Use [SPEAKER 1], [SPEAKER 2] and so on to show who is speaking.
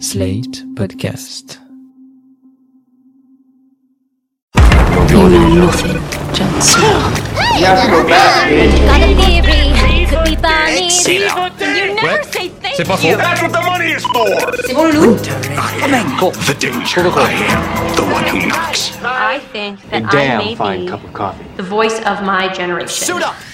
[SPEAKER 1] Slate Podcast.
[SPEAKER 2] You are nothing, Chancellor.
[SPEAKER 3] Gotta be real, could be funny. You never say thank
[SPEAKER 4] C'est pas faux.
[SPEAKER 5] That's what the money is for! The danger. I am the one who knocks.
[SPEAKER 6] I think that I may be
[SPEAKER 7] cup of coffee.
[SPEAKER 6] the voice of my generation.
[SPEAKER 8] Suit up!